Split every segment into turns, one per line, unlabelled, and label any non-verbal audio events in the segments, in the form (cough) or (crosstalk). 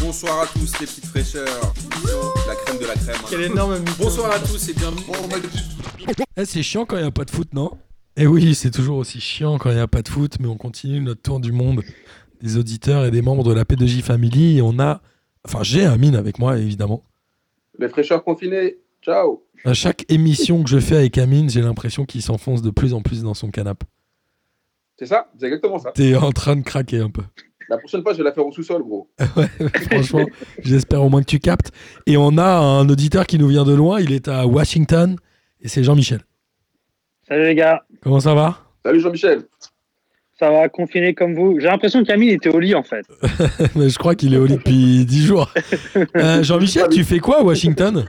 Bonsoir à tous les petites fraîcheurs. La crème de la crème.
Quelle énorme mytho.
Bonsoir à tous et bienvenue.
Eh, c'est chiant quand il n'y a pas de foot, non Eh oui, c'est toujours aussi chiant quand il n'y a pas de foot, mais on continue notre tour du monde des auditeurs et des membres de la P2J Family. Et on a. Enfin, j'ai Amine avec moi, évidemment.
Les fraîcheurs confinés, ciao
À chaque émission que je fais avec Amine, j'ai l'impression qu'il s'enfonce de plus en plus dans son canapé.
C'est ça C'est exactement ça.
T'es en train de craquer un peu. (laughs)
La prochaine fois, je vais la faire au sous-sol, gros.
Franchement, j'espère au moins que tu captes. Et on a un auditeur qui nous vient de loin. Il est à Washington et c'est Jean-Michel.
Salut les gars,
Comment ça va (laughs)
Salut Jean-Michel.
ça va confiner comme vous. J'ai l'impression que Camille était au lit en fait.
Mais Je crois qu'il est au lit depuis 10 jours. Euh, Jean-Michel, tu fais quoi à Washington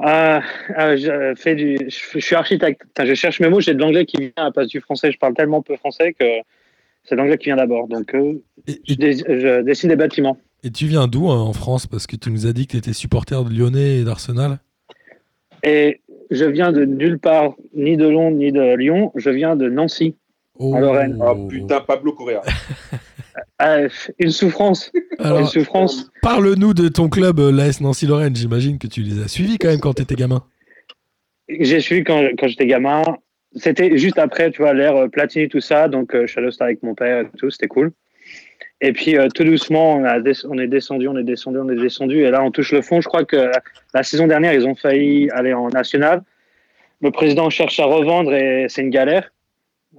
Euh, euh, je, euh, fais du, je, je suis architecte. Putain, je cherche mes mots, j'ai de l'anglais qui vient à la place du français. Je parle tellement peu français que c'est l'anglais qui vient d'abord. Donc euh,
et,
je,
et-
dé- je dessine des bâtiments.
et tu viens d'où hein, en France Parce que tu nous as dit que tu étais supporter de Lyonnais et d'Arsenal.
Et je viens de nulle part, ni de Londres, ni de Lyon. Je viens de Nancy.
Oh,
À Lorraine.
Ah,
Oh putain, Pablo Correa.
Euh, une souffrance, une
Alors,
souffrance.
parle-nous de ton club, euh, l'AS Nancy-Lorraine. J'imagine que tu les as suivis quand même quand tu étais gamin.
J'ai suivi quand, quand j'étais gamin. C'était juste après, tu vois, l'ère euh, Platini, tout ça. Donc, euh, Shadow Star avec mon père et tout, c'était cool. Et puis, euh, tout doucement, on, a des- on est descendu, on est descendu, on est descendu. Et là, on touche le fond. Je crois que la, la saison dernière, ils ont failli aller en national. Le président cherche à revendre et c'est une galère.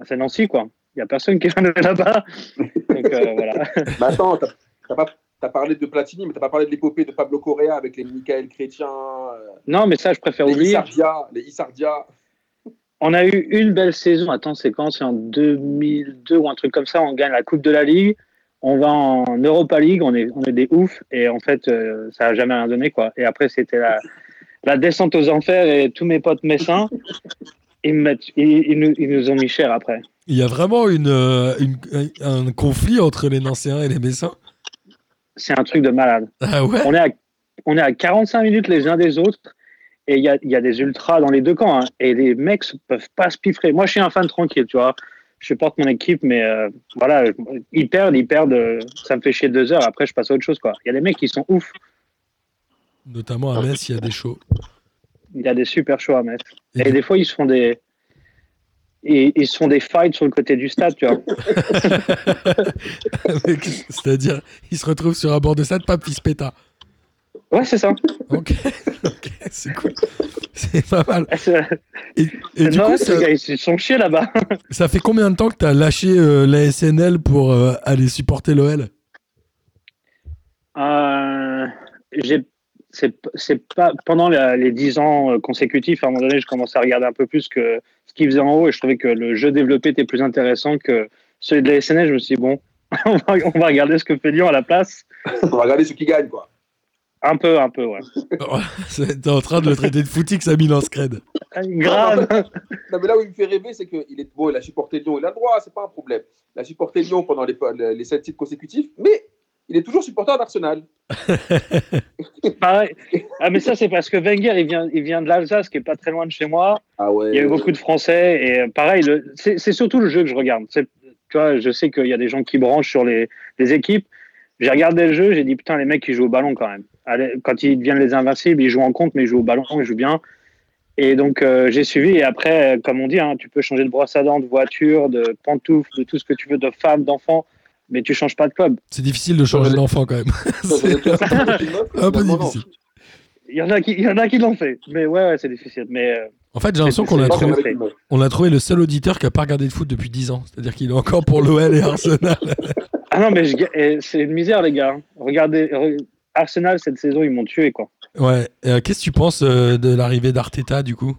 C'est Nancy, quoi. Il n'y a personne qui (laughs) vient de là-bas. Donc, euh, voilà.
(laughs) Mais attends, t'as t'as pas. T'as parlé de Platini, mais t'as pas parlé de l'épopée de Pablo Correa avec les Michael Chrétien, euh,
Non, mais ça, je préfère
les
oublier.
Isardia, les Isardia. (laughs)
On a eu une belle saison. Attends, c'est quand C'est en 2002 ou un truc comme ça. On gagne la Coupe de la Ligue. On va en Europa League. On est, on est des oufs. Et en fait, euh, ça n'a jamais rien donné. quoi. Et après, c'était la, la descente aux enfers. Et tous mes potes messins, ils, me mettent, ils, ils nous, ils nous ont mis cher après.
Il y a vraiment une, euh, une- un un conflit entre les Nancéens et les Messins.
C'est un truc de malade.
Ah ouais
On est à, on est à 45 minutes les uns des autres. Et il y a, il y a des ultras dans les deux camps. hein, et les mecs ne peuvent pas se piffrer. Moi, je suis un fan tranquille, tu vois. Je supporte mon équipe, mais euh, voilà, je- ils perdent, ils perdent. euh, Ça me fait chier deux heures. Après, je passe à autre chose, quoi. Il y a des mecs qui sont ouf.
Notamment à Metz, il y a des shows. (laughs)
Il y a des super shows à mettre.
Et-
Et des fois, ils se font des. Ils, ils se font des fights sur le côté du stade, tu vois.
Avec- C'est-à-dire, ils se retrouvent sur un bord de ça de pape, ils se péta.
Ouais, c'est ça. (laughs)
Ok, (laughs) ok, c'est cool. C'est pas mal.
C'est
Et, et
c'est
du
marrant,
coup,
ces
ça,
gars, ils se sont chiés là-bas.
ça fait combien de temps que t'as lâché euh, la SNL pour euh, aller supporter l'OL
Euh, j'ai- c'est p- c'est pas pendant la- les dix ans euh, consécutifs à un moment donné je commençais à regarder un peu plus que ce qu'ils faisaient en haut et je trouvais que le jeu développé était plus intéressant que celui de la SNL je me suis dit bon (laughs) on va, on va regarder ce que fait Lyon à la place
On va regarder ceux qui gagnent, quoi.
un peu un peu ouais
C'est- (laughs) T'es en train de le traiter de footix à Milan Scred.
Euh,
(laughs)
grave
Non, mais là où il me fait rêver, c'est qu'il est bon, il a supporté Lyon, il a le droit, c'est pas un problème. Il a supporté Lyon pendant les, les, les sept titres consécutifs, mais il est toujours supporter d'Arsenal.
pareil ah mais ça c'est parce que Wenger il vient il vient de l'Alsace qui est pas très loin de chez moi
Ah ouais.
Il y a eu beaucoup de Français et euh, pareil, le- c'est c'est surtout le jeu que je regarde. C'est- Tu vois, je sais qu'il y a des gens qui branchent sur les, les équipes. J'ai regardé le jeu, j'ai dit putain, les mecs, ils jouent au ballon quand même. Allez, Quand ils deviennent les invincibles, ils jouent en compte, mais ils jouent au ballon, ils jouent bien. Et donc, euh, j'ai suivi. Et après, euh, comme on dit, hein, tu peux changer de brosse à dents, de voiture, de pantoufles, de tout ce que tu veux, de femme, d'enfant, mais tu changes pas de club.
C'est difficile de changer d'enfant
(laughs)
quand même. C'est (laughs) un peu difficile.
Il y en a qui, il y en a qui l'ont fait. Mais ouais, ouais, c'est difficile. Mais euh,
En fait, j'ai l'impression
C'est-
qu'on a,
c'est-
trouvé-
c'est-
on a trouvé le seul auditeur qui a pas regardé de foot depuis 10 ans. C'est-à-dire qu'il est encore pour l'OL et Arsenal. (laughs)
ah non, mais je ga- eh, c'est une misère, les gars. Regardez, re- Arsenal cette saison, ils m'ont tué quoi.
Ouais. Euh, Qu'est-ce que tu penses euh, de l'arrivée d'Arteta du coup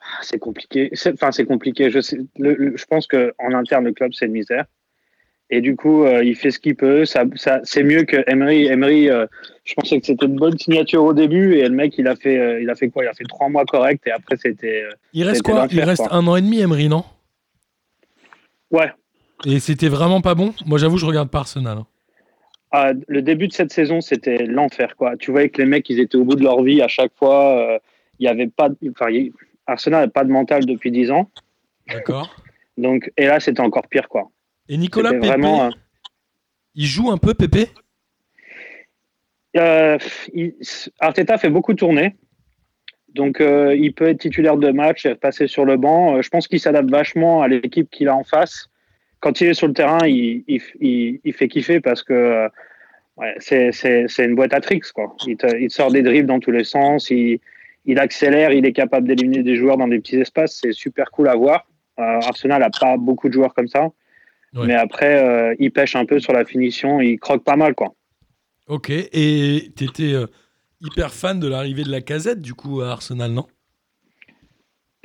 Ah, C'est compliqué. C'est- Enfin, c'est compliqué. Je, sais- le- le- je pense qu'en interne, le club, c'est une misère. Et du coup, euh, il fait ce qu'il peut. Ça, ça, c'est mieux que Emery. Emery, euh, je pensais que c'était une bonne signature au début. Et le mec, il a fait, euh, il a fait quoi Il a fait trois mois correct. Et après, c'était. euh,
Il reste
C'était
quoi Il
l'enfer,
reste
quoi.
un an et demi, Emery, non
Ouais.
Et c'était vraiment pas bon Moi, j'avoue, je regarde pas Arsenal. hein.
ah, le début de cette saison, c'était l'enfer. quoi. Tu voyais que les mecs, ils étaient au bout de leur vie à chaque fois. euh, Il y avait pas. de- Enfin, il y- Arsenal n'a pas de mental depuis 10 ans.
D'accord.
Donc, et là, c'était encore pire. quoi.
Et Nicolas
C'était
Pepe,
vraiment. euh,
Il joue un peu, Pépé
Euh, il- Arteta fait beaucoup tourner. Donc, euh, il peut être titulaire de match, passer sur le banc. Euh, je pense qu'il s'adapte vachement à l'équipe qu'il a en face. Quand il est sur le terrain, il, il, il- il fait kiffer parce que euh, ouais, c'est- c'est c'est une boîte à tricks. Quoi. Il, te, il te sort des dribbles dans tous les sens, il, il accélère, il est capable d'éliminer des joueurs dans des petits espaces. C'est super cool à voir. Euh, Arsenal n'a pas beaucoup de joueurs comme ça.
Ouais.
Mais après, euh, il pêche un peu sur la finition, il croque pas mal. Quoi.
Ok. Et t'étais euh, hyper fan de l'arrivée de la casette, du coup, à Arsenal, non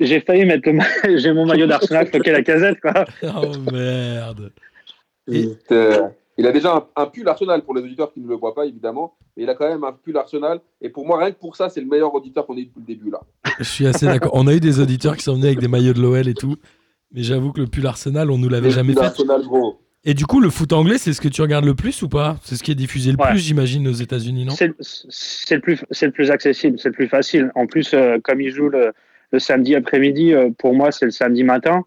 (laughs)
J'ai failli mettre le ma- (laughs) j'ai mon maillot d'Arsenal floqué la casette quoi.
Oh merde. Et-
Juste, euh, il a déjà un, un pull Arsenal pour les auditeurs qui ne le voient pas, évidemment. Mais il a quand même un pull Arsenal. Et pour moi, rien que pour ça, c'est le meilleur auditeur qu'on ait eu depuis le début, là.
Je suis assez d'accord. On a eu des auditeurs qui sont venus avec des maillots de l'OL et tout. Mais j'avoue que le pull Arsenal, on nous l'avait
Le
jamais
pull
fait.
Arsenal, gros.
Et du coup, le foot anglais, c'est ce que tu regardes le plus ou pas C'est ce qui est diffusé le
Ouais.
plus, j'imagine, aux États-Unis, non
C'est c'est le plus c'est le plus accessible, c'est le plus facile. En plus euh, comme il joue le, le samedi après-midi euh, pour moi c'est le samedi matin.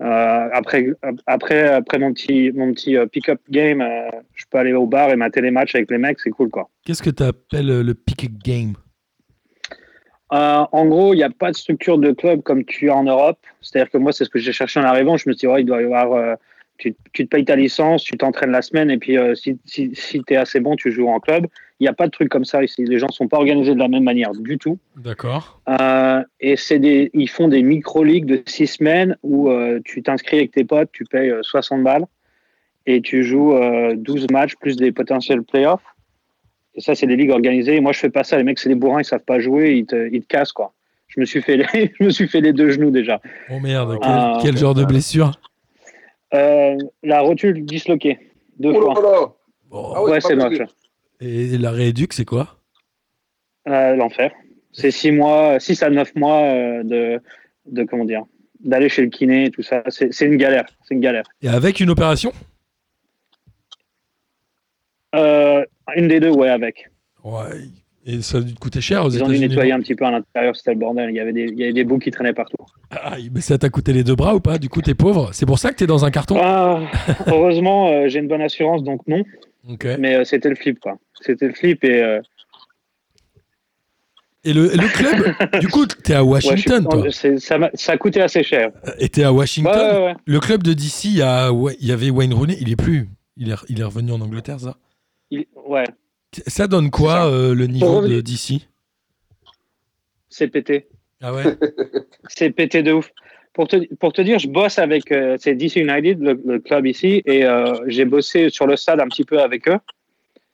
Euh, après après après mon petit mon petit euh, pick-up game, euh, je peux aller au bar et mater les matchs avec les mecs, c'est cool quoi.
Qu'est-ce que tu appelles euh, le pick game
Euh, en gros, il n'y a pas de structure de club comme tu as en Europe. C'est-à-dire que moi, c'est ce que j'ai cherché en arrivant. Je me suis dit, ouais, il doit y avoir. euh, tu, tu te payes ta licence, tu t'entraînes la semaine, et puis euh, si, si, tu es assez bon, tu joues en club. Il n'y a pas de truc comme ça ici. Les gens ne sont pas organisés de la même manière du tout.
D'accord.
Euh, et c'est des, ils font des micro-ligues de six semaines où euh, tu t'inscris avec tes potes, tu payes euh, 60 balles et tu joues euh, 12 matchs plus des potentiels playoffs. Et ça, c'est des ligues organisées. Et moi, je fais pas ça. Les mecs, c'est des bourrins, ils savent pas jouer, ils te, ils te cassent, quoi. Je me suis fait les, (laughs) je me suis fait les deux genoux déjà.
Oh merde, quel,
Ah,
quel genre de blessure
Euh, la rotule disloquée, deux
Oh là
fois.
là
Oh.
Ah ouais,
ouais,
c'est
c'est
pas
moche.
possible.
Et la rééduque, c'est quoi
Euh, L'enfer. C'est six mois, six à neuf mois euh, de, de comment dire, d'aller chez le kiné, et tout ça. C'est c'est une galère. C'est une galère.
Et avec une opération
Euh, une des deux, ouais, avec.
Ouais. Et ça a dû te coûter cher aux
Ils ont dû
États-Unis.
nettoyer un petit peu à l'intérieur, c'était le bordel. Il y avait des, il y avait des bouts qui traînaient partout.
Ah, mais ça t'a coûté les deux bras ou pas Du coup, t'es pauvre. C'est pour ça que t'es dans un carton
Ah, heureusement, euh, j'ai une bonne assurance, donc non.
Ok.
Mais euh, c'était le flip, quoi. C'était le flip et euh,
Et le, et le club Du coup, t'es à
ouais, je suis
Washington,
content, c'est- ça, m'a- ça a coûté assez cher.
toi. Et t'es à
Ouais,
Washington
ouais, ouais.
Le club de DC, il y, a- ouais, il y avait Wayne Rooney, il est plus. Il est, il est revenu en Angleterre, ça.
Il- ouais,
Ça donne quoi euh, le niveau de
revenir.
DC
c'est pété.
Ah
(laughs)
ouais
C'est pété de ouf. Pour te, pour te dire, je bosse avec euh, c'est DC United, le, le club ici, et euh, j'ai bossé sur le stade un petit peu avec eux.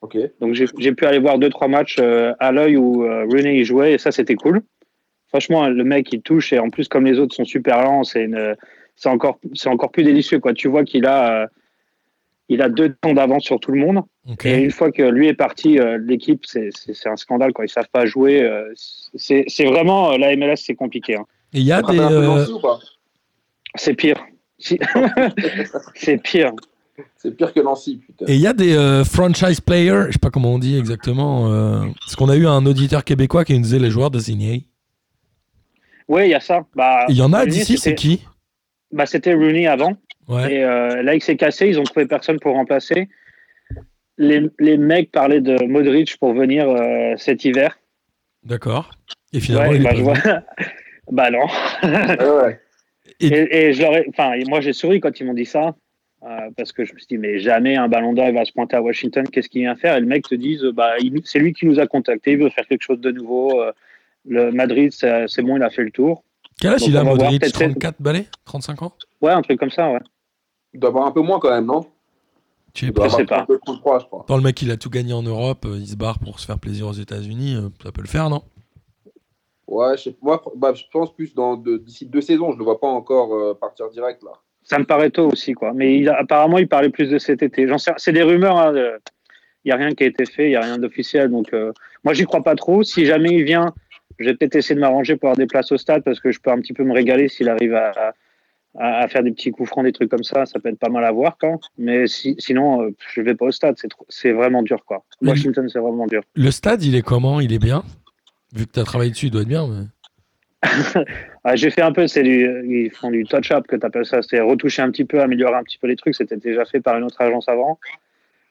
Ok.
Donc j'ai j'ai pu aller voir deux trois matchs euh, à l'œil où euh, Rooney y jouait et ça c'était cool. Franchement, le mec il touche et en plus comme les autres sont super lents, c'est une- c'est encore c'est encore plus délicieux quoi. Tu vois qu'il a euh, il a deux temps d'avance sur tout le monde
Ok.
et une fois que lui est parti, euh, l'équipe c'est c'est- c'est un scandale quoi. Ils savent pas jouer. euh, c'est c'est vraiment euh, la MLS c'est compliqué. hein.
Et il y a
Ça te
des.
rappelle un peu
euh,
Nancy ou pas
C'est pire. Si- (laughs) c'est pire.
C'est pire que Nancy, putain.
(laughs)
Et il y a des euh, franchise players, je sais pas comment on dit exactement, euh, parce qu'on a eu un auditeur québécois qui nous disait les joueurs désignés.
Ouais, il y a ça. Bah
Et Il y en a
Rooney,
d'ici, c'est
c'était-
qui
bah c'était Rooney avant.
Ouais.
Et euh, là, il s'est cassé, ils ont trouvé personne pour remplacer. Les, les mecs parlaient de Modric pour venir euh, cet hiver.
D'accord. Et finalement,
Ouais,
il est
bah,
pas
je
venu.
vois- (laughs) bah non.
Ah Ouais, ouais.
Et, et je leur ai- enfin, et moi j'ai souri quand ils m'ont dit ça euh, parce que je me suis dit mais jamais un Ballon d'Or il va se pointer à Washington. Qu'est-ce qu'il vient faire Et le mec te dit euh, bah il- c'est lui qui nous a contacté, il veut faire quelque chose de nouveau. euh, le Madrid ça- c'est bon, il a fait le tour.
Quel âge
Donc,
il a,
on va voir,
Modric
peut-être-
34 balais 35 ans
Ouais, un truc comme ça. Ouais.
Il doit avoir un peu moins quand même, non
Je sais
Il doit
pas.
sais
avoir
pas.
un peu 33, je crois.
Dans le mec, il a tout gagné en Europe, euh, il se barre pour se faire plaisir aux États-Unis, euh, ça peut le faire, non
Ouais, je, sais- moi, bah, je pense plus dans de- d'ici deux saisons. Je ne le vois pas encore euh, partir direct, là.
Ça me paraît tôt aussi, quoi. Mais il a- apparemment, il parlait plus de cet été. J'en sais- C'est des rumeurs. hein, de- Il n'y a rien qui a été fait, il n'y a rien d'officiel. Donc, euh, moi, j'y crois pas trop. Si jamais il vient, je vais peut-être essayer de m'arranger pour avoir des places au stade parce que je peux un petit peu me régaler s'il arrive à, à- à faire des petits coups francs, des trucs comme ça. Ça peut être pas mal à voir, quand. Mais si- sinon, euh, je vais pas au stade. C'est trop- C'est vraiment dur, quoi.
Mais-
Washington, c'est vraiment dur.
Le stade, il est comment Il est bien Vu que tu as travaillé dessus, il doit être bien. mais-
Ah, J'ai fait un peu, c'est du, ils font du touch-up que tu appelles ça, c'est retoucher un petit peu, améliorer un petit peu les trucs, c'était déjà fait par une autre agence avant.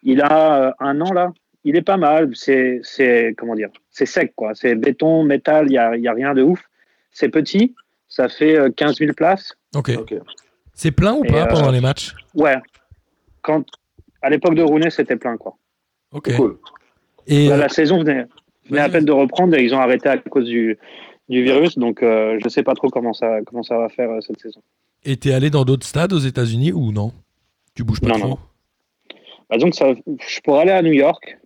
Il a euh, un an là. Il est pas mal. C'est, c'est comment dire C'est sec quoi. C'est béton, métal. Il y a, il y a rien de ouf. C'est petit. Ça fait euh, 15 000 places.
Ok.
Ok.
C'est plein ou
Et,
pas
euh,
pendant les matchs
Ouais. Quand à l'époque de Rooney, c'était plein quoi.
Ok.
Cool.
Et euh,
Là, la saison venait, venait à
vas-y,
peine de reprendre et ils ont arrêté à cause du, du virus. Donc euh, je sais pas trop comment ça comment ça va faire euh, cette saison.
Et t'es allé dans d'autres stades aux États-Unis ou non Tu bouges pas
Non,
trop
non. Bah, donc ça, je pourrais aller à New York.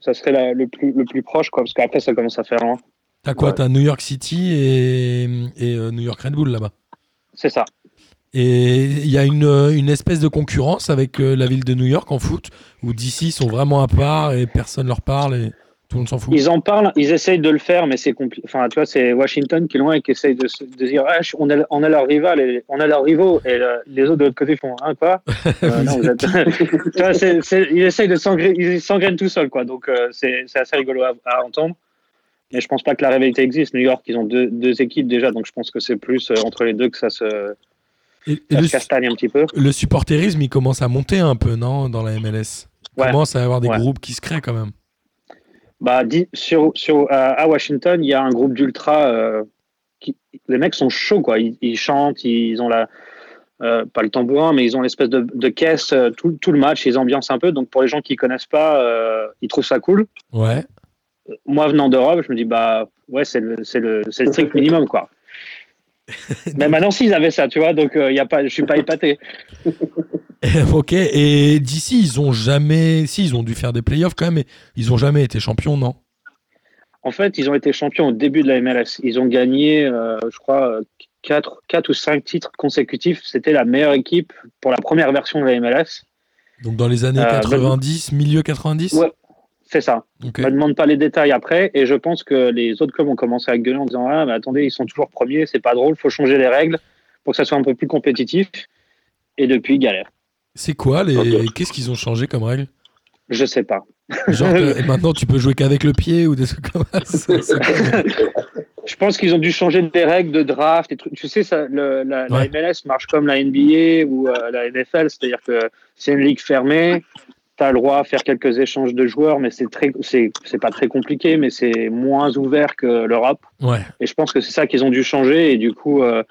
Ça serait la- le plus le plus proche quoi. Parce qu'après ça commence à faire loin.
T'as quoi
Ouais.
T'as New York City et, et, euh, New York Red Bull là-bas.
C'est ça.
Et il y a une, euh, une espèce de concurrence avec euh, la ville de New York en foot où d'ici sont vraiment à part et personne leur parle et tout le monde s'en fout.
Ils en parlent, ils essayent de le faire, mais c'est compliqué. Enfin, tu vois, c'est Washington qui est loin et qui essaye de, se- de dire Ah, je- on, a, on a leur rival, et, on a leur rivaux, et euh, les autres de l'autre côté font un quoi Euh, non,
Vous
vous êtes- (laughs) Tu vois, c'est- c'est- Ils essayent de s'engra- ils s'engrainent tout seuls, quoi. Donc, euh, c'est c'est assez rigolo à, à entendre. Mais je pense pas que la rivalité existe. New York, ils ont deux, deux équipes déjà, donc je pense que c'est plus euh, entre les deux que ça se,
Et, et
ça
le,
se castagne un petit peu.
le supporterisme, il commence à monter un peu, non Dans la MLS. Il
Ouais.
commence à y avoir des
Ouais.
groupes qui se créent quand même.
Bah, dis- sur, sur, à à Washington, il y a un groupe d'ultra. euh, qui- les mecs sont chauds, quoi. Ils, ils chantent, ils ont la. euh, pas le tambourin, mais ils ont l'espèce de, de caisse euh, tout, tout le match, ils ambiancent un peu. Donc pour les gens qui connaissent pas, euh, ils trouvent ça cool.
Ouais. (laughs)
Moi venant d'Europe, je me dis bah ouais c'est le c'est le c'est le strict minimum quoi. Même à Nancy ils avaient ça, tu vois. Donc euh, il y a pas, je suis pas épaté.
ok. Et d'ici, ils ont jamais. Si, ils ont dû faire des playoffs quand même, mais ils ont jamais été champions, non
En fait, ils ont été champions au début de la MLS. Ils ont gagné, euh, je crois, 4, quatre ou 5 titres consécutifs. C'était la meilleure équipe pour la première version de la MLS.
Donc dans les années
Euh,
90, milieu 90
Ouais. Bah, C'est ça.
Ok.
Je Me demande pas les détails après. Et je pense que les autres clubs ont commencé à gueuler en disant Ah, mais attendez, ils sont toujours premiers, c'est pas drôle, faut changer les règles pour que ça soit un peu plus compétitif. Et depuis, galère.
C'est quoi les...
Ok.
Qu'est-ce qu'ils ont changé comme règle
Je sais pas.
Genre que-
(laughs)
et maintenant tu peux jouer qu'avec le pied ou des trucs comme ça C'est- c'est-
Je pense qu'ils ont dû changer des règles de draft. Des trucs. Tu sais, ça, le- la, la
Ouais.
MLS marche comme la NBA ou euh, la NFL, c'est-à-dire que c'est une ligue fermée. Tu as le droit à faire quelques échanges de joueurs, mais c'est très, c'est, c'est pas très compliqué, mais c'est moins ouvert que l'Europe.
Ouais.
Et je pense que c'est ça qu'ils ont dû changer. Et du coup, euh,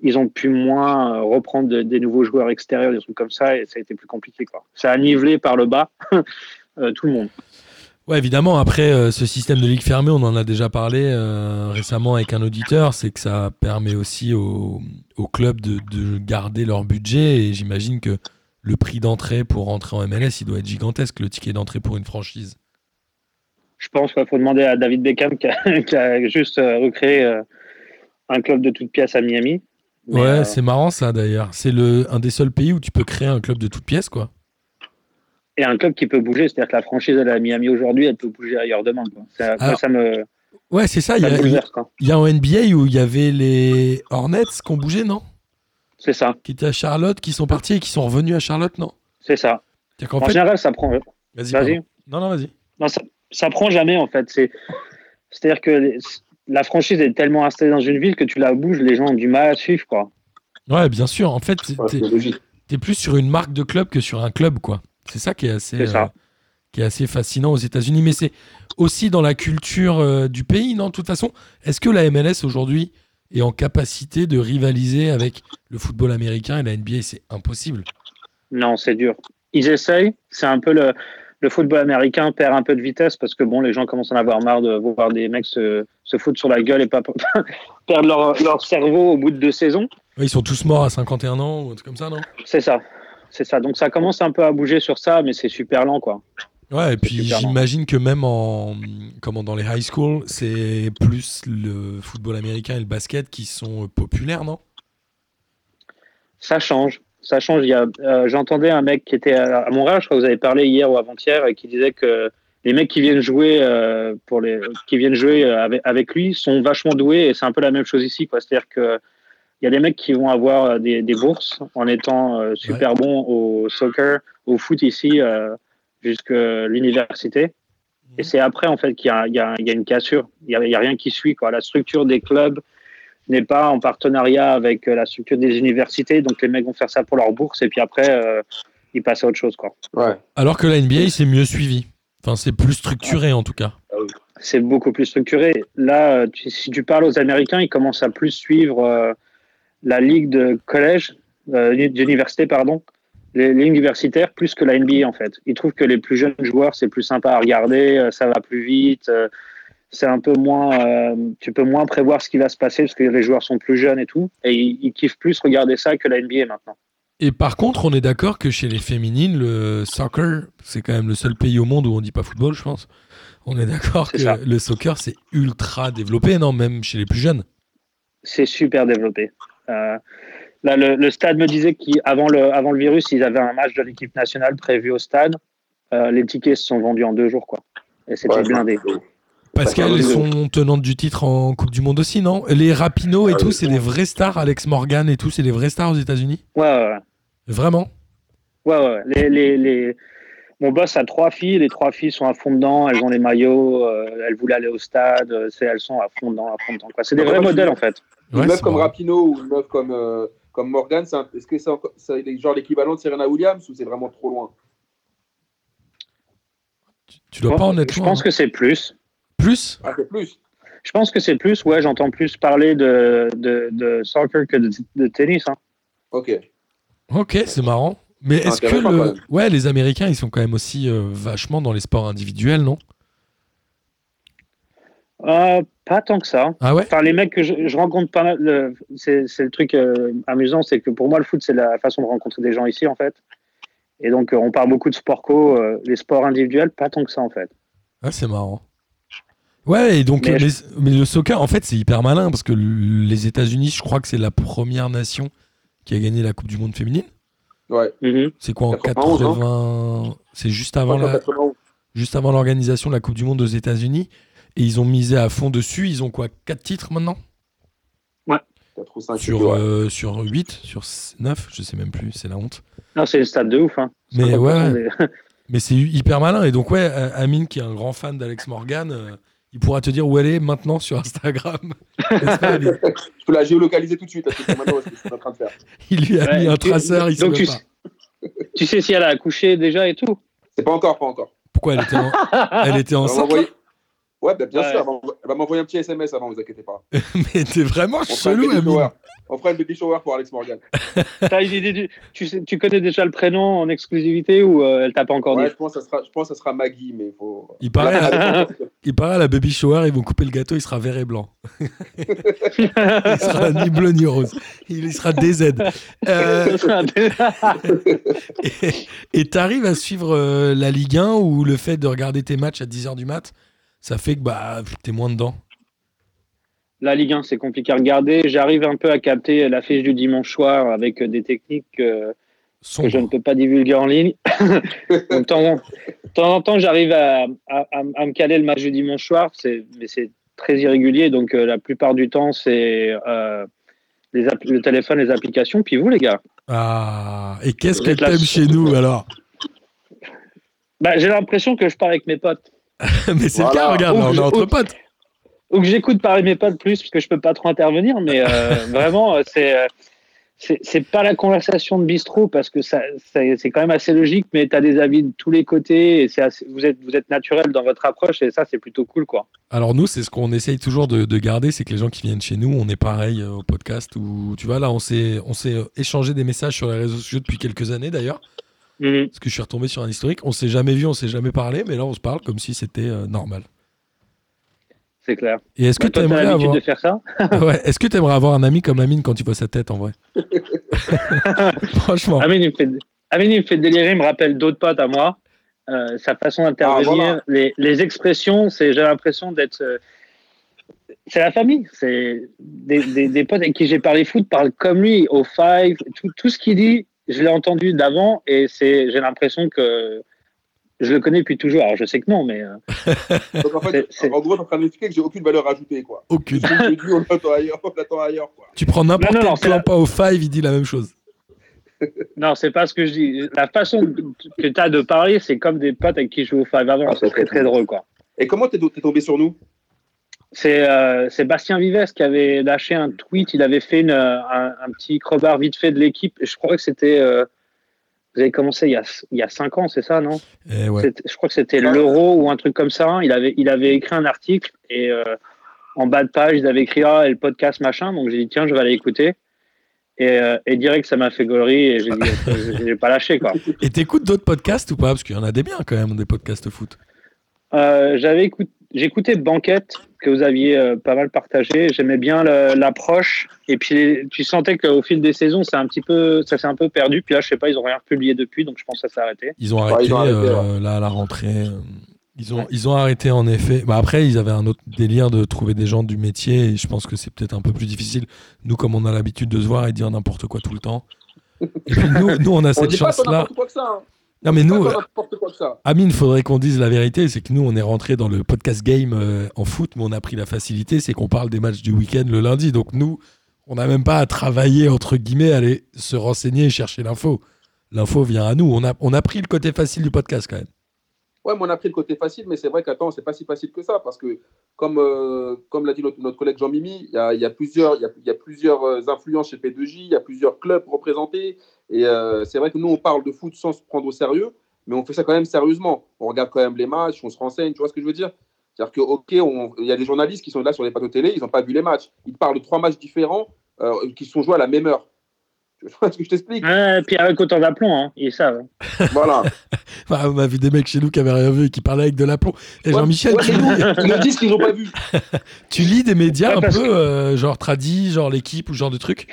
ils ont pu moins euh, reprendre de- des nouveaux joueurs extérieurs, des trucs comme ça, et ça a été plus compliqué. Quoi. Ça a nivelé par le bas (laughs) euh, tout le monde.
Ouais, évidemment. Après, euh, ce système de ligue fermée, on en a déjà parlé euh, récemment avec un auditeur, c'est que ça permet aussi aux, aux clubs de, de garder leur budget. Et j'imagine que le prix d'entrée pour rentrer en MLS, il doit être gigantesque, le ticket d'entrée pour une franchise.
Je pense qu'il faut demander à David Beckham qui a, (laughs) qui a juste euh, recréé euh, un club de toutes pièces à Miami. Mais,
Ouais,
euh,
c'est marrant ça d'ailleurs. C'est le un des seuls pays où tu peux créer un club de toutes pièces, quoi.
et un club qui peut bouger, c'est-à-dire que la franchise elle est à Miami aujourd'hui, elle peut bouger ailleurs demain. quoi. Ça, moi,
Alors,
ça me,
Ouais, c'est ça.
ça
Il y
me
a,
bouleverse. quoi.
Il y a en NBA où il y avait les Hornets qui ont bougé, non
C'est ça,
Qui étaient à Charlotte, qui sont partis et qui sont revenus à Charlotte, non
c'est ça.
C'est-à-dire
En,
qu'en fait.
général, ça prend.
Vas-y.
Vas-y.
pardon. Non, non, vas-y.
Non, ça, ça prend jamais en fait. C'est, c'est-à-dire que les- la franchise est tellement installée dans une ville que tu la bouges, les gens ont du mal à suivre quoi.
Ouais, bien sûr. En fait, t'es-
Ouais,
t'es
c'est logique.
t'es plus sur une marque de club que sur un club, quoi. C'est ça qui est assez,
C'est ça.
euh, qui est assez fascinant aux États-Unis. Mais c'est aussi dans la culture euh, du pays, non De toute façon, est-ce que la MLS aujourd'hui est en capacité de rivaliser avec le football américain et la NBA C'est impossible.
Non, c'est dur. Ils essayent. C'est un peu le, le football américain perd un peu de vitesse parce que bon, les gens commencent à en avoir marre de voir des mecs se, se foutre sur la gueule et pas (laughs) perdre leur, leur cerveau au bout de deux saisons.
Ouais, ils sont tous morts à 51 ans ou un truc comme ça, non
C'est ça. C'est ça. Donc ça commence un peu à bouger sur ça, mais c'est super lent quoi.
Ouais, et puis
super lent.
j'imagine que même en, comment, dans les high school, c'est plus le football américain et le basket qui sont euh, populaires, non
Ça change. Ça change. Il y a, euh, j'entendais un mec qui était à, à Montréal, je crois que vous avez parlé hier ou avant-hier, et qui disait que les mecs qui viennent jouer euh, pour les, qui viennent jouer euh, avec, avec lui sont vachement doués, et c'est un peu la même chose ici, quoi. C'est-à-dire que il y a des mecs qui vont avoir euh, des, des bourses en étant euh, super bons au soccer, au foot ici, euh, jusqu'à l'université. Et c'est après, en fait, qu'il y a, il y a- il y a une cassure. Il n'y a, il y a rien qui suit. Quoi. La structure des clubs n'est pas en partenariat avec euh, la structure des universités. Donc, les mecs vont faire ça pour leur bourse. Et puis après, euh, il passe à autre chose, quoi.
Ouais.
Alors que la NBA, c'est mieux suivi. Enfin, c'est plus structuré en tout cas.
c'est beaucoup plus structuré. Là, euh, tu- si tu parles aux Américains, ils commencent à plus suivre euh, la ligue de collège, euh, d'université, pardon, les, les ligues universitaires, plus que la NBA en fait. Ils trouvent que les plus jeunes joueurs, c'est plus sympa à regarder, euh, ça va plus vite, euh, c'est un peu moins, euh, tu peux moins prévoir ce qui va se passer parce que les joueurs sont plus jeunes et tout. Et ils, ils kiffent plus regarder ça que la NBA maintenant.
Et par contre, on est d'accord que chez les féminines, le soccer, c'est quand même le seul pays au monde où on dit pas football, je pense. On est d'accord
C'est
que
ça.
le soccer, c'est ultra développé, non Même chez les plus jeunes.
c'est super développé. Euh, là, le, le stade me disait qu'avant le, avant le virus, ils avaient un match de l'équipe nationale prévu au stade. Euh, les tickets se sont vendus en deux jours, quoi. Et c'était
Ouais,
blindé.
Parce
Bah,
qu'elles
oui, oui.
sont tenantes du titre en Coupe du Monde aussi, non Les Rapinoe et
Ah
tout,
oui.
c'est des vraies stars. Alex Morgan et tout, c'est des vraies stars aux États-Unis
Ouais, ouais, ouais.
Vraiment
Ouais, ouais, ouais. Les, les, les- Mon boss a trois filles. Les trois filles sont à fond dedans. Elles ont les maillots. euh, elles voulaient aller au stade. euh, c'est- elles sont à fond dedans, à fond dedans. quoi. C'est des
Ouais,
vrais
Ah bah, moi, je-
modèles, en fait.
Une
Ouais,
meuf
c'est
comme
marrant.
Rapino ou une meuf comme, euh, comme Morgan, c'est un- est-ce que c'est encore- c'est les- genre l'équivalent de Serena Williams ou c'est vraiment trop loin
Tu- Tu dois pas en être
je
loin,
pense
hein.
que c'est plus.
Plus
Ah, c'est plus.
Je pense que c'est plus. Ouais, j'entends plus parler de, de, de soccer que de, de tennis. hein.
Ok.
Ok, c'est marrant. Mais
C'est
est-ce que
intéressant,
le-
quand même.
ouais, les Américains, ils sont quand même aussi euh, vachement dans les sports individuels, non
Euh, pas tant que ça.
Ah ouais
Enfin, les mecs que je, je rencontre pas mal, le- c'est c'est le truc euh, amusant, c'est que pour moi, le foot, c'est la façon de rencontrer des gens ici, en fait. Et donc, euh, on parle beaucoup de sport co, euh, les sports individuels, pas tant que ça, en fait.
Ah, c'est marrant. Ouais, et donc
Mais
euh, les- mais le soccer, en fait, c'est hyper malin parce que l- les États-Unis, je crois que c'est la première nation qui a gagné la Coupe du Monde féminine.
Ouais.
Mhm.
C'est quoi en
91,
80 C'est juste avant la,
91.
juste avant l'organisation de la Coupe du Monde aux États-Unis. Et ils ont misé à fond dessus. Ils ont quoi Quatre titres maintenant
Quatre ou cinq, (laughs)
Sur,
ouais.
euh, sur 8, sur 9, je sais même plus, c'est la honte.
Non, c'est une stade de ouf. Hein.
Mais
50%
ouais.
des-
Mais c'est hyper malin. Et donc, ouais, euh, Amine, qui est un grand fan d'Alex Morgan, euh, il pourra te dire où elle est maintenant sur Instagram.
(laughs)
Parce que elle est-
Je peux la géolocaliser tout de suite, là, c'est maintenant ce que je suis en train de faire.
il (laughs) lui a
Ouais,
mis un
tu-
traceur, il sait
donc
même
tu,
pas.
tu sais si elle a accouché déjà et tout.
C'est pas encore, pas encore.
Pourquoi elle était,
(laughs)
en... elle
Bah,
était
Elle va
enceinte
m'envoyer- Ouais, bah, bien
Ouais.
sûr, elle va m'envo- elle va m'envoyer un petit SMS avant, vous inquiétez pas.
(laughs) Mais t'es vraiment
On fera, un
chelou,
baby shower.
Amine.
On fera une baby shower pour Alex Morgan.
T'as une idée du- tu, sais- tu connais déjà le prénom en exclusivité ou euh, elle t'a pas encore
Ouais,
dit
je pense que ça sera, je pense que ça sera Maggie, mais faut.
Il paraît,
(laughs)
à...
Ah,
il paraît à la baby shower, ils vont couper le gâteau, il sera vert et blanc. (laughs) Il sera ni bleu ni rose. Il sera DZ. Euh, et- et t'arrives à suivre euh, la Ligue 1 ou le fait de regarder tes matchs à 10h du mat, ça fait que bah, t'es moins dedans.
(laughs) La Ligue 1, c'est compliqué à regarder. J'arrive un peu à capter l'affiche du dimanche soir avec euh, des techniques euh, que
Sombre.
je ne peux pas divulguer en ligne. (laughs) Donc, de temps en- de temps en temps, j'arrive à, à- à- à me caler le match du dimanche soir, c'est- mais c'est très irrégulier. Donc, euh, la plupart du temps, c'est euh, les app- le téléphone, les applications. Puis vous, les gars
Ah, et qu'est-ce
Vous
que
êtes là-
t'aimes chez nous alors (laughs)
bah, J'ai l'impression que je pars avec mes potes.
Mais c'est
Voilà.
le cas, regarde, là, on est
Ouh,
entre
ouh.
potes.
Ou que j'écoute parler mes potes plus, parce que je peux pas trop intervenir. Mais euh, vraiment, euh, c'est. euh, c'est- c'est pas la conversation de bistrot parce que ça, ça- c'est quand même assez logique, mais tu as des avis de tous les côtés et c'est assez- vous êtes, vous êtes naturel dans votre approche et ça, c'est plutôt cool quoi.
Alors nous, c'est ce qu'on essaye toujours de, de garder, c'est que les gens qui viennent chez nous, on est pareil euh, au podcast où, tu vois, là, on s'est on s'est euh, échangé des messages sur les réseaux sociaux depuis quelques années d'ailleurs, parce que je suis retombé sur un historique, on s'est jamais vu, on s'est jamais parlé, mais là, on se parle comme si c'était euh, normal.
C'est clair.
Et est-ce que
Bah, Toi, t'as
t'aimerais
l'habitude
avoir...
de faire ça
Ouais, est-ce que t'aimerais avoir un ami comme Amine quand tu vois sa tête en
(laughs)
vrai (laughs) Franchement.
Amine, il me fait, Amine, il me fait délirer, il me rappelle d'autres potes à moi. Euh, sa façon d'intervenir,
Ah, voilà.
les, les expressions, c'est j'ai l'impression d'être. euh, c'est la famille, c'est des, des, des potes avec qui j'ai parlé foot parlent comme lui, au five, tout, tout ce qu'il dit, je l'ai entendu d'avant et c'est j'ai l'impression que je le connais depuis toujours. Alors je sais que non, mais euh,
Donc en fait,
C'est- c'est-
en gros, t'es en train d'expliquer que j'ai aucune valeur ajoutée, quoi.
Aucune.
Je te dis, on l'attend ailleurs, on l'attend ailleurs, quoi.
Tu prends n'importe
Non, non, non,
quel
c'est la-
clampin au five, il dit la même chose.
non, c'est pas ce que je dis. La façon que tu as de parler, c'est comme des potes avec qui je joue au five avant.
Ah,
c'est très très drôle quoi.
Et comment t'es t'es tombé sur nous
C'est euh, c'est Bastien Vives qui avait lâché un tweet. Il avait fait une, euh, un, un petit crevard vite fait de l'équipe. Je crois que c'était euh, Vous avez commencé il y a, il y a cinq ans, c'est ça, non
Eh ouais.
C'était- Je crois que c'était
Ouais.
l'euro ou un truc comme ça. Il avait, il avait écrit un article et euh, en bas de page, il avait écrit Ah, et le podcast machin. Donc j'ai dit Tiens, je vais aller écouter. Et, euh, et direct, ça m'a fait gaulerie et j'ai dit Je vais pas lâché quoi.
Et t'écoutes d'autres podcasts ou pas Parce qu'il y en a des biens quand même, des podcasts foot.
Euh, j'avais écout- J'écoutais Banquette que vous aviez euh, pas mal partagé. J'aimais bien le- l'approche. Et puis tu sentais qu'au fil des saisons, c'est un petit peu, ça s'est un peu perdu. Puis là, je sais pas, ils ont rien publié depuis, donc je pense que ça s'est arrêté.
Ils ont
Ouais,
arrêté,
ils ont arrêté,
euh, là à la rentrée. euh, Ils ont, ils ont arrêté en effet. Bah après, ils avaient un autre délire de trouver des gens du métier. Et je pense que c'est peut-être un peu plus difficile. Nous, comme on a l'habitude de se voir et de dire n'importe quoi tout le temps. Et puis nous, nous on a
On
cette
dit pas qu'on a
chance-là.
n'importe quoi que ça. hein.
Non, mais
On dit
nous, euh,
pas qu'on a n'importe quoi que ça.
Amine, faudrait qu'on dise la vérité, c'est que nous, on est rentré dans le podcast game euh, en foot, mais on a pris la facilité, c'est qu'on parle des matchs du week-end le lundi. Donc nous, on n'a même pas à travailler, entre guillemets, à aller se renseigner et chercher l'info. L'info vient à nous. On a, on a pris le côté facile du podcast quand même.
Ouais, mais on a pris le côté facile, mais c'est vrai qu'attends, c'est pas si facile que ça, parce que comme, euh, comme l'a dit notre, notre collègue Jean-Mimi, il y a, il y a plusieurs, il y a, il y a plusieurs euh, influences chez P2J, il y a plusieurs clubs représentés, et euh, c'est vrai que nous, on parle de foot sans se prendre au sérieux, mais on fait ça quand même sérieusement. On regarde quand même les matchs, on se renseigne, tu vois ce que je veux dire C'est-à-dire que, ok, on- il y a des journalistes qui sont là sur les plateaux télé, ils n'ont pas vu les matchs. Ils parlent de trois matchs différents euh, qui sont joués à la même heure. Tu vois ce que je
(laughs)
t'explique
Ouais, et Euh, puis avec autant d'aplomb, hein, ils savent.
Voilà.
Enfin, on a vu des mecs chez nous qui avaient rien vu et qui parlaient avec de l'aplomb. Et
Ouais,
Jean-Michel,
ouais,
tu,
mais nous, ils nous disent qu'ils n'ont pas vu.
tu lis des médias
Ouais,
un
parce
peu, euh, genre tradis, genre l'équipe ou ce genre de trucs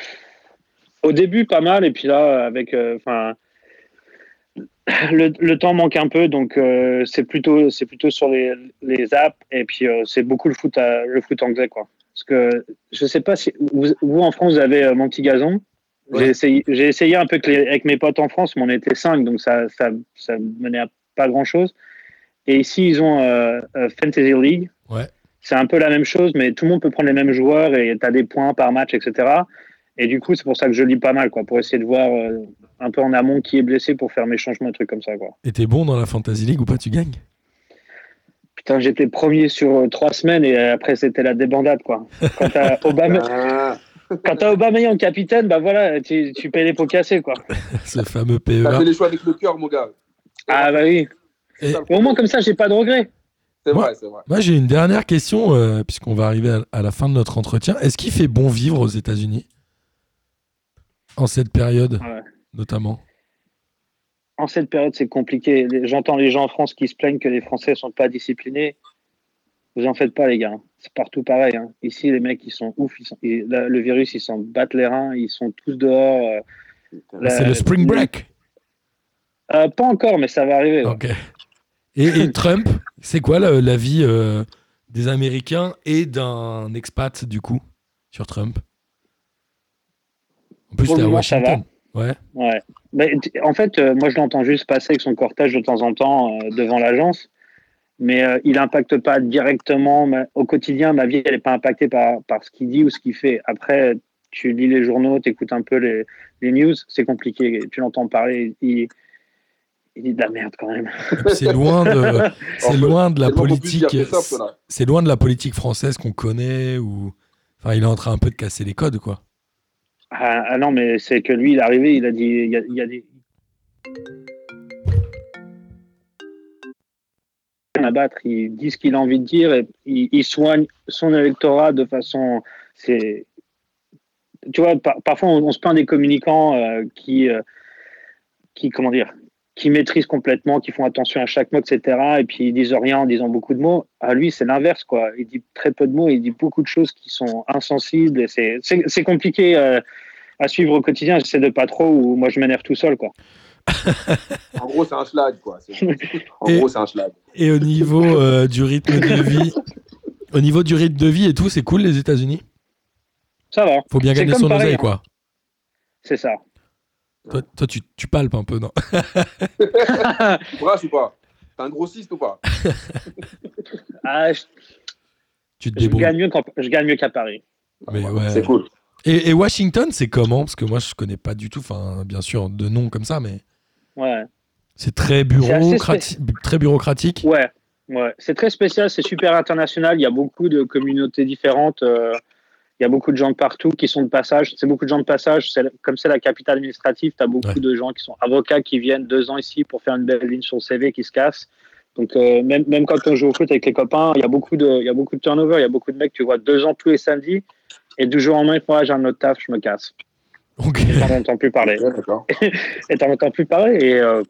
Au début, pas mal, et puis là, avec, euh, enfin, le, le temps manque un peu, donc euh, c'est plutôt, c'est plutôt sur les, les apps, et puis euh, c'est beaucoup le foot, à- le foot anglais, quoi. Parce que je sais pas si vous, vous, en France, vous avez euh, mon petit gazon.
Ouais.
J'ai essayé, j'ai essayé un peu avec, les- avec mes potes en France, mais on était cinq, donc ça, ça, ça menait à pas grand chose. Et ici, ils ont euh, euh, Fantasy League.
Ouais.
C'est un peu la même chose, mais tout le monde peut prendre les mêmes joueurs et tu as des points par match, etc. Et du coup, c'est pour ça que je lis pas mal, quoi, pour essayer de voir euh, un peu en amont qui est blessé pour faire mes changements et trucs comme ça, quoi.
Et t'es bon dans la Fantasy League ou pas, tu gagnes (laughs)
Putain, j'étais premier sur euh, trois semaines et euh, après, c'était la débandade, quoi. Quand (laughs) t'as Obama,
Ah.
quand t'as Aubameyang capitaine, bah voilà, tu, tu payes les pots cassés, quoi.
Ce fameux E
T'as fait
PEA.
les choix avec le cœur, mon gars.
Ah bah oui.
Et-
Mais au moins, comme ça, j'ai pas de regrets.
C'est
Moi-
vrai, c'est vrai.
Moi, j'ai une dernière question, euh, puisqu'on va arriver à, à la fin de notre entretien. Est-ce qu'il fait bon vivre aux États-Unis En cette période,
Ouais.
notamment.
En cette période, c'est compliqué. Les- J'entends les gens en France qui se plaignent que les Français sont pas disciplinés. Vous en faites pas, les gars. C'est partout pareil. hein. Ici, les mecs, ils sont ouf. Ils sont- ils- la- le virus, ils s'en battent les reins. Ils sont tous dehors. euh, la-
C'est le spring break.
Euh, pas encore, mais ça va arriver. ouais.
Ok. Et, et Trump, c'est quoi la, la vie euh, des Américains et d'un expat, du coup, sur Trump En plus,
Pour le
t'es à
moment, ça
Washington. Ouais.
Ouais. Mais, t- en fait, euh, moi, je l'entends juste passer avec son cortège de temps en temps euh, devant l'agence, mais euh, il impacte pas directement ma- au quotidien. Ma vie, elle n'est pas impactée par, par ce qu'il dit ou ce qu'il fait. Après, tu lis les journaux, tu écoutes un peu les, les news, c'est compliqué. Tu l'entends parler, il, il dit de la merde quand même.
Et puis, C'est loin de,
(laughs)
c'est loin de la
Tellement qu'on puisse
politique.
dire que ça, voilà.
C'est loin de la politique française qu'on connaît. Ou... Enfin, il est en train un peu de casser les codes, quoi.
Ah, ah non, mais c'est que lui, il est arrivé, il a dit, il y a, il y a des... à battre, il dit ce qu'il a envie de dire et il, il soigne son électorat de façon... c'est Tu vois, par- parfois on, on se plaint des communicants euh, qui, euh, qui, comment dire, qui maîtrisent complètement, qui font attention à chaque mot, etc. Et puis ils disent rien en disant beaucoup de mots. À lui, c'est l'inverse, quoi. Il dit très peu de mots, il dit beaucoup de choses qui sont insensibles et c'est- c'est c'est compliqué. euh, à suivre au quotidien, j'essaie de pas trop ou moi je m'énerve tout seul quoi.
En gros, c'est un schlag, quoi.
(laughs)
C'est- En
Et-
gros, c'est un schlag.
Et au niveau euh, du rythme de vie, au niveau du rythme de vie et tout, c'est cool les États-Unis.
Ça va,
Faut bien
C'est
gagner
comme
son
Paris,
oseille,
hein.
quoi.
c'est ça.
Toi, toi, tu, tu palpes un peu, non (laughs)
Tu brasses ou pas T'es un grossiste ou pas
Ah, je,
Tu te
je
débrouilles.
gagne mieux qu'en- je gagne mieux qu'à Paris.
Mais
Voilà,
ouais.
Ah, C'est cool.
Et, et Washington, c'est comment Parce que moi, je connais pas du tout. Enfin, bien sûr, de nom comme ça, mais
Ouais,
c'est très
assez
bureaucratique.
spécial.
Très bureaucratique.
ouais, ouais. C'est très spécial, c'est super international. Il y a beaucoup de communautés différentes. euh, Il y a beaucoup de gens de partout qui sont de passage. C'est beaucoup de gens de passage. C'est- Comme c'est la capitale administrative, tu as beaucoup
Ouais.
de gens qui sont avocats qui viennent deux ans ici pour faire une belle ligne sur le CV qui se cassent. Donc, euh, même, même quand on joue au foot avec les copains, il y, a beaucoup de, il y a beaucoup de turnover. Il y a beaucoup de mecs, tu vois, deux ans tous les samedis. Et du jour au lendemain, ils font, Ah, j'ai un autre taf, je me casse.
Ok.
On n'entend plus parler
Ouais, d'accord.
et t'en entends plus parler. Et, euh,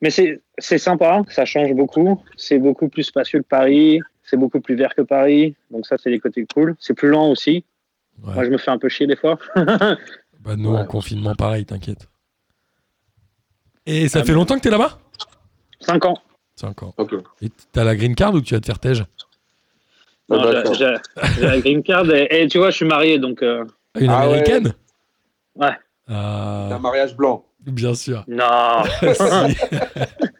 Mais c'est c'est sympa, ça change beaucoup. C'est beaucoup plus spacieux que Paris, c'est beaucoup plus vert que Paris. Donc ça, c'est les côtés cool. C'est plus lent aussi.
Ouais.
Moi, je me fais un peu chier des fois.
(laughs) Bah, nous,
Ouais.
en confinement, pareil, t'inquiète. Et
Ah,
ça fait longtemps que t'es là-bas
5 ans.
5 ans.
Ok.
Et t'as la green card ou tu vas te faire tège
Non,
Ah,
j'ai-
d'accord.
J'ai j'ai la green card. Et, et tu vois, je suis marié, donc euh,
Ah, Une
Ah ouais.
américaine
Ouais.
Ah,
T'as un mariage blanc.
bien sûr.
non. ah.
Si.
(laughs)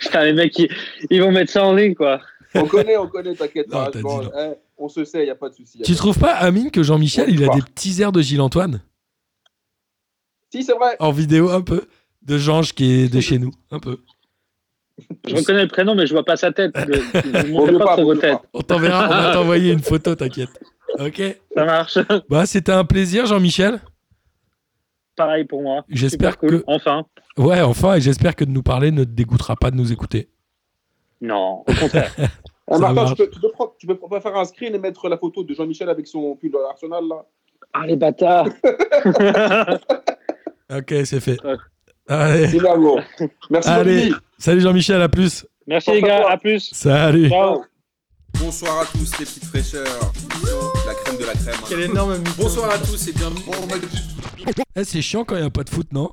Putain, les mecs, ils, ils vont mettre ça en ligne, quoi.
On connaît, on connaît, t'inquiète.
Non,
mariage
t'as
blanc.
dit non.
Eh, on se sait, il n'y a pas de souci. y a
tu
pas de-
trouves pas, Amine, que Jean-Michel,
Ouais,
il a
pas.
des petits airs de Gilles-Antoine
Si, c'est vrai.
En vidéo, un peu De Georges qui est de chez nous, un peu.
Je reconnais le prénom, mais je vois pas
(laughs)
sa tête. Je, je
Vaut
vous montrerai
mieux
pas
pas,
trop
vaut
vos
mieux
têtes.
On t'enverra, on va t'envoyer une photo, t'inquiète. Ok
Ça marche.
Bah, c'était un plaisir, Jean-Michel.
Pareil pour moi.
J'espère
Super cool.
que.
Enfin.
Ouais, enfin, et j'espère que de nous parler ne te dégoûtera pas de nous écouter.
Non, au contraire.
(laughs)
Eh,
Ça
Martin,
marche.
tu peux, tu peux prendre- tu peux pas faire un screen et mettre la photo de Jean-Michel avec son pull Arsenal là
(laughs)
Ah les bâtards
Ok, c'est fait.
Ouais.
Allez,
C'est là, gros. Merci,
Allez.
Dominique.
salut Jean-Michel, à plus.
(laughs) Merci les gars, à plus
Salut.
Ciao
Bonsoir à tous les petites fraîcheurs. La crème de la crème. hein.
énorme
Bonsoir à tous et bienvenue.
Eh, c'est chiant quand il n'y a pas de foot, non